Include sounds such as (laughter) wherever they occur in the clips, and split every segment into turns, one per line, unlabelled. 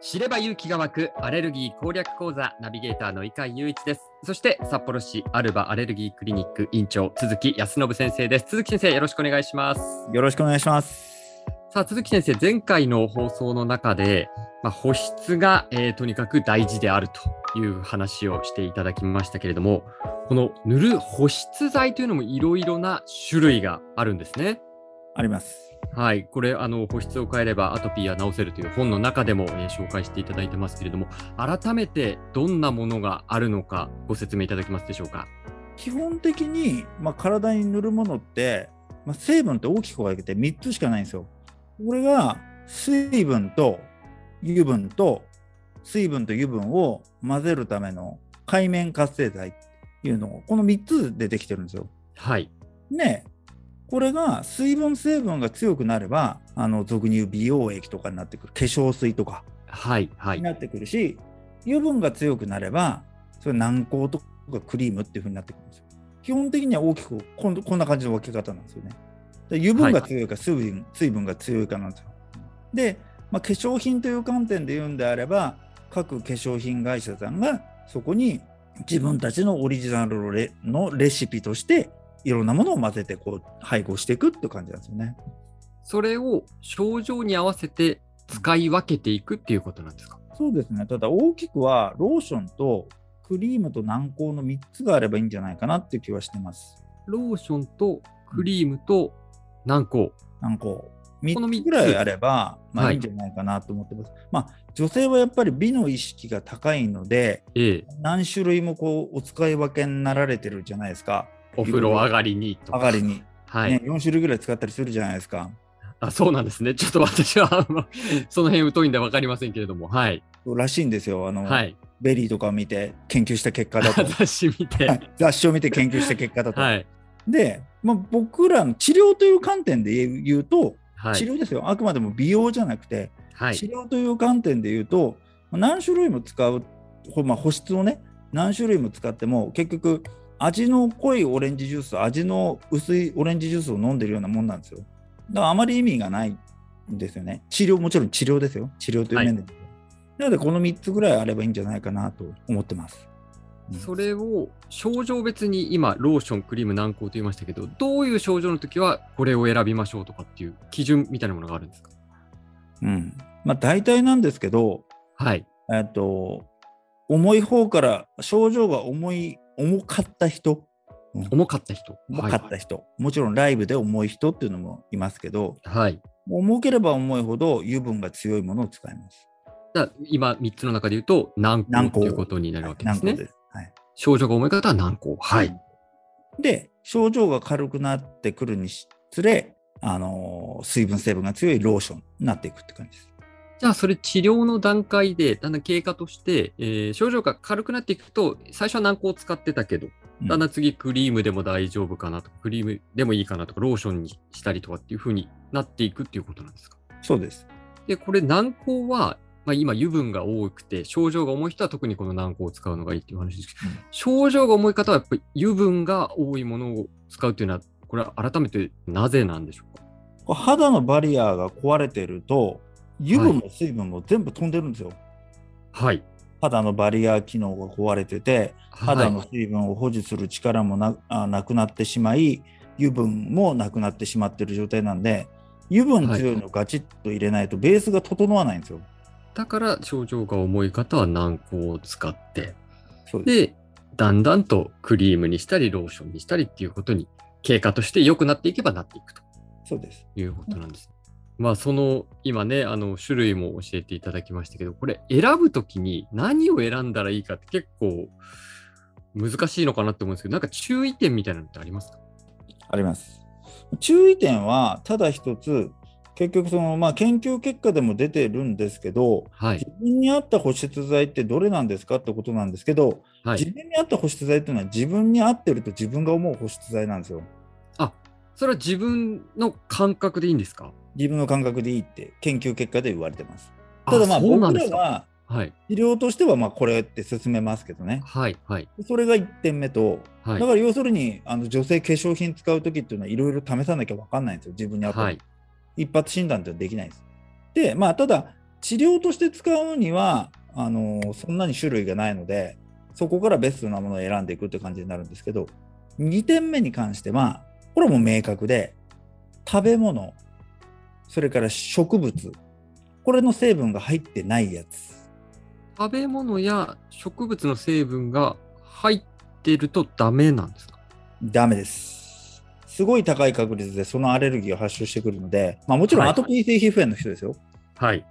知れば勇気が湧くアレルギー攻略講座ナビゲーターの井川雄一ですそして札幌市アルバアレルギークリニック院長鈴木康信先生です鈴木先生よろしくお願いします
よろしくお願いします。
さあ鈴木先生前回の放送の中で、まあ、保湿が、えーとにかく大事であるという話をしていただきましたけれどもこの塗る保湿剤というのもいろいろな種類があるんですね
あります。
はい、これあの保湿を変えればアトピーは治せるという本の中でも、えー紹介していただいてますけれども改めてどんなものがあるのかご説明いただけますでしょうか
基本的に、まあ、体に塗るものって、まあ、成分って大きく分けて3つしかないんですよ。これが水分と油分と水分と油分を混ぜるための界面活性剤っていうのをこの3つでできてるんですよ。
はい
ねこれが水分成分が強くなればあの俗に言う美容液とかになってくる化粧水とか
はいはい
になってくるし、油分が強くなればそれ軟膏とかクリームっていう風になってくるんですよ基本的には大きくこんこんな感じの分け方なんですよねで油分が強いか水分,、水分が強いかなんですよで、まあ、化粧品という観点で言うんであれば各化粧品会社さんがそこに自分たちのオリジナルのレのレシピとしていろんなものを混ぜてこう配合していくって感じなんですよね
それを症状に合わせて使い分けていくっていうことなんですか
そうですね、ただ大きくはローションとクリームと軟膏の3つがあればいいんじゃないかなっていう気はしてます。
ローションとクリームと軟膏
軟膏
この
3
三つ
つぐらいあれば、ま
は
あ、
い
いいんじゃないかなと思ってます。まあ、女性はやっぱり美の意識が高いので、
ええ
何種類もこうお使い分けになられてるじゃないですか、
お風呂上がりにと
上
か
がりに、ね
はい、
4種類ぐらい使ったりするじゃないですか。
あそうなんですねちょっと私はあのその辺疎いんで分かりませんけれどもはい
らしいんですよあの、
はい
ベリーとかを見て研究した結
(laughs)
果だと。
雑誌見て
はい雑誌を見て研究した結果だと。
はい
で、まあ、僕らの治療という観点で言う言うと、
は
治
い
療ですよ、あくまでも美容じゃなくて、
はい
治療という観点で言うと、何種類も使う、ほまあ、保湿をね、何種類も使っても、結局、味の濃いオレンジジュース、味の薄いオレンジジュースを飲んでるようなもんなんですよ。だからあまり意味がないんですよね。治療、もちろん治療ですよ。治療という面で。なので、この3つぐらいあればいいんじゃないかなと思ってます。うん
それを症状別に今ローションクリーム軟膏と言いましたけどどういう症状の時はこれを選びましょうとかっていう基準みたいなものがあるんですか
うん。まあ、大体なんですけど、
はい
えっと、重い方から、症状が重い、重かった人、
重かった人
重かった人、もちろんライブで重い人っていうのもいますけど、
はい、はい、
重ければ重いほど油分が強いものを使います。
じゃあ今3つの中で言うと軟
軟
膏
膏
ということになるわけです
軟
ね
膏です。はい
症状が重い方は軟膏はい。
で、症状が軽くなってくるにつれ、あのー水分成分が強いローションになっていくって感じです。
じゃあそれ治療の段階でだんだん経過として、えー症状が軽くなっていくと最初は軟膏を使ってたけど
うん
だんだん次クリームでも大丈夫かなとかクリームでもいいかなとかローションにしたりとかっていう風になっていくっていうことなんですか
そうです。
でこれ軟膏は、まあ、今油分が多くて症状が重い人は特にこの軟膏を使うのがいいっていう話ですけど、
うん
症状が重い方はやっぱり油分が多いものを使うっていうのはこれは改めてなぜなんでしょうか
こう肌のバリアが壊れてると、油分も水分も全部飛んでるんですよ。
はい。
肌のバリア機能が壊れてて、肌の
はい
水分を保持する力もな,あ、なくなってしまい油分もなくなってしまってる状態なんで油分強いのをガチッと入れないとベースが整わないんですよ。
だから症状が重い方は軟膏を使って
そうです
でだんだんとクリームにしたりローションにしたりっていうことに経過として良くなっていけばなっていくと。
そうです
いうことなんです。まあその今ねあの種類も教えていただきましたけどこれ選ぶときに何を選んだらいいかって結構難しいのかなって思うんですけどなんか注意点みたいなのってありますか
あります。注意点はただ一つ結局その、まあ、研究結果でも出てるんですけど、
はい
自。分に合った保湿剤ってどれなんですかってことなんですけど、
は
自
い。
分に合った保湿剤っていうのは自分に合ってると自分が思う保湿剤なんですよ。
それは自分の感覚でいいんですか
自分の感覚でいいって研究結果で言われてます。ただまあ
そうなん
僕
で
ら
すか。
は
はい。
治療としてはまあこれって勧めますけどね。
はい。はい。
それが1点目と、
は
だ
い。
から要するにあの女性化粧品使う時っていうのはいろいろ試さなきゃ分かんないんですよ。自分に合った、
はい。
一発診断ってできないです。で、まあただ治療として使うにはあのそんなに種類がないので、そこからベストなものを選んでいくって感じになるんですけど、2点目に関しては、これはもう明確で、食べ物、それから植物、これの成分が入ってないやつ。
食べ物や植物の成分が入ってるとダメなんですか
ダメです。すごい高い確率でそのアレルギーを発症してくるので、まあ、もちろん
はい
アトピー性皮膚炎の人ですよ。
はい。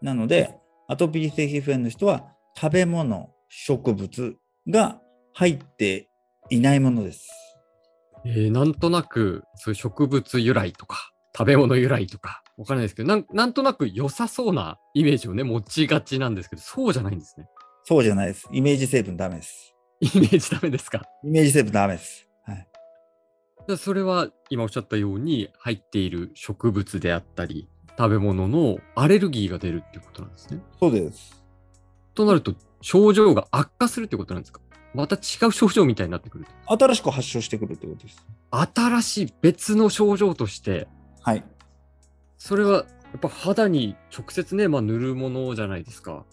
なので、アトピー性皮膚炎の人は食べ物、植物が入っていないものです。
えーなんとなく、そういう植物由来とか、食べ物由来とか、わからないですけど、なんなんとなく良さそうなイメージをね、持ちがちなんですけど、そうじゃないんですね。 (laughs)
そうじゃないです。イメージ成分ダメです。
イメージダメですか
イメージ成分ダメです。はい、
じゃあそれは今おっしゃったように入っている植物であったり食べ物のアレルギーが出るっていうことなんですね。
そうです。
となると症状が悪化するってことなんですかまた違う症状みたいになってくる。
新しく発症してくるってことです。
新しい別の症状として
はい。
それはやっぱ肌に直接ね、まあ、塗るものじゃないですか。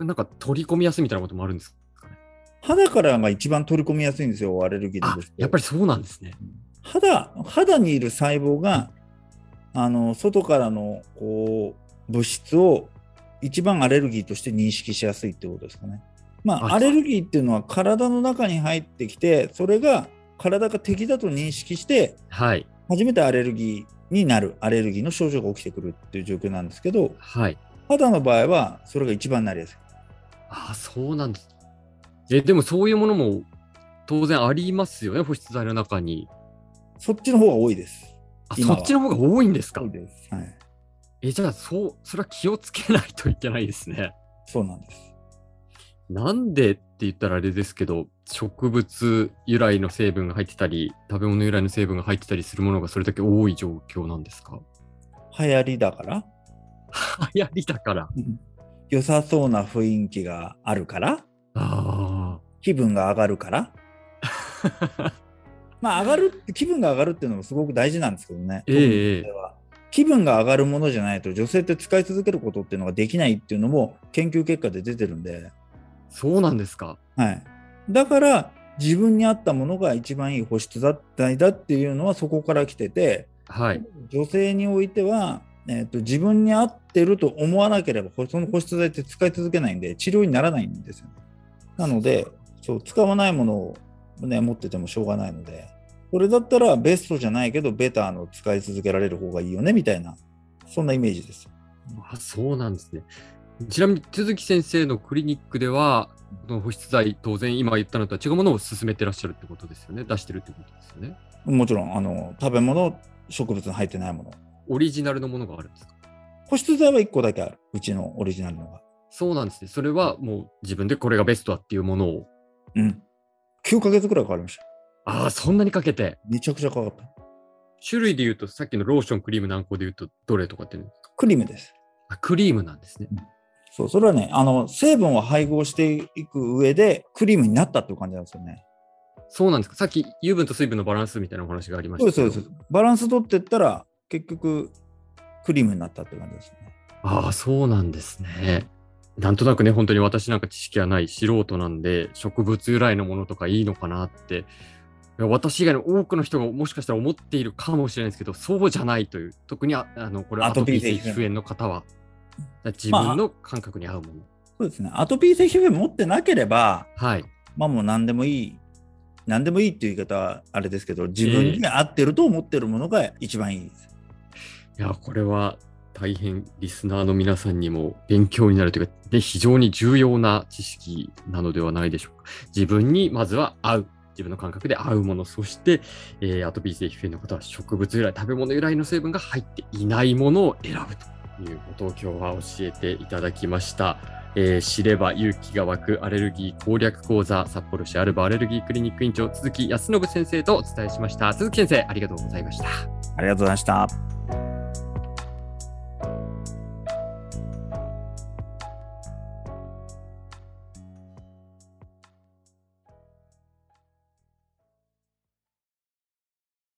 うん、
なんか取り込みやすいみたいなこともあるんですかね。
肌からが一番取り込みやすいんですよ、アレルギー
あ
の人
やっぱりそうなんですね。
肌肌にいる細胞があの外からのこう物質を一番アレルギーとして認識しやすいってことですかね。まあ、
あ
アレルギーっていうのは体の中に入ってきてそれが体が敵だと認識して
はい
初めてアレルギーになるアレルギーの症状が起きてくるっていう状況なんですけど
はい。
肌の場合はそれが一番なりやすい。
ああ、そうなんです。え、でもそういうものも当然ありますよね、保湿剤の中に。
そっちの方が多いです。
あ、
今
そ
は
っちの方が多いんですか
多いです。はい、
え、じゃあ、そう、それは気をつけないといけないですね。 (laughs)
そうなんです。
なんでって言ったらあれですけど、植物由来の成分が入ってたり、食べ物由来の成分が入ってたりするものがそれだけ多い状況なんですか
流行りだから
流行りだから。
うん良さそうな雰囲気があるから
あ
気分が上がる
(laughs)
から
あ。
まあ上がるって気分が上がるっていうのもすごく大事なんですけどね、
ええ
特に女性は気分が上がるものじゃないと女性って使い続けることっていうのができないっていうのも研究結果で出てるんで、
そうなんですか。
はい、だから自分に合ったものが一番いい保湿剤だっていうのはそこから来てて
はい。
女性においては、えー、と自分に合ってると思わなければほその保湿剤って使い続けないんで治療にならないんですよ、ね、なのでそう使わないものを、ね、持っててもしょうがないのでこれだったらベストじゃないけどベターの使い続けられる方がいいよねみたいなそんなイメージです
あそうなんですね。ちなみに、都築先生のクリニックでは、この保湿剤、当然今言ったのとは違うものを勧めてらっしゃるってことですよね。出してるってことですよね。
もちろんあの食べ物植物に入ってないもの
オリジナルのものがあるんですか
保湿剤は1個だけあるうちのオリジナルのが
そうなんですね。それはもう自分でこれがベストだっていうものを。
うん9ヶ月くらいかかりました
ああ、そんなにかけて。
めちゃくちゃかかった
種類で言うと、さっきのローション、クリーム、軟膏で言うと、どれとかっていうの
クリームです
あクリームなんですね。
そう、それはね、あの、成分を配合していく上で、クリームになったっていう感じなんですよね。
そうなんですか。さっき油分と水分のバランスみたいなお話がありま
そう
し
で
た
す、
け
そ
ど。
うです。バランス取ってったら、結局、クリームになったって感じですね。
ああ、そうなんですね。なんとなくね、本当に私なんか知識はない素人なんで、植物由来のものとかいいのかなって、いや私以外の多くの人がもしかしたら思っているかもしれないですけど、そうじゃないという、特にああのこれ
ア
ア
ト
ト
ピ
ピ
ー
ー
性
性
皮
皮
膚炎
膚炎の方は、だから自
まあ
分の感覚に合うもの。
そうですね。アトピー性皮膚炎持ってなければ、
はい。
まあもう何でもいい。何でもいいっていう言い方はあれですけど、自分に合ってると思ってるものが一番いいです。
いや、これは大変リスナーの皆さんにも勉強になるというか、で非常に重要な知識なのではないでしょうか。自分にまずは合う。自分の感覚で合うもの、そして、えーアトピー性皮膚炎の方は植物由来、食べ物由来の成分が入っていないものを選ぶということを今日は教えていただきました。えー知れば勇気が湧くアレルギー攻略講座札幌市アルバアレルギークリニック院長鈴木康信先生とお伝えしました鈴木先生ありがとうございました
ありがとうございました。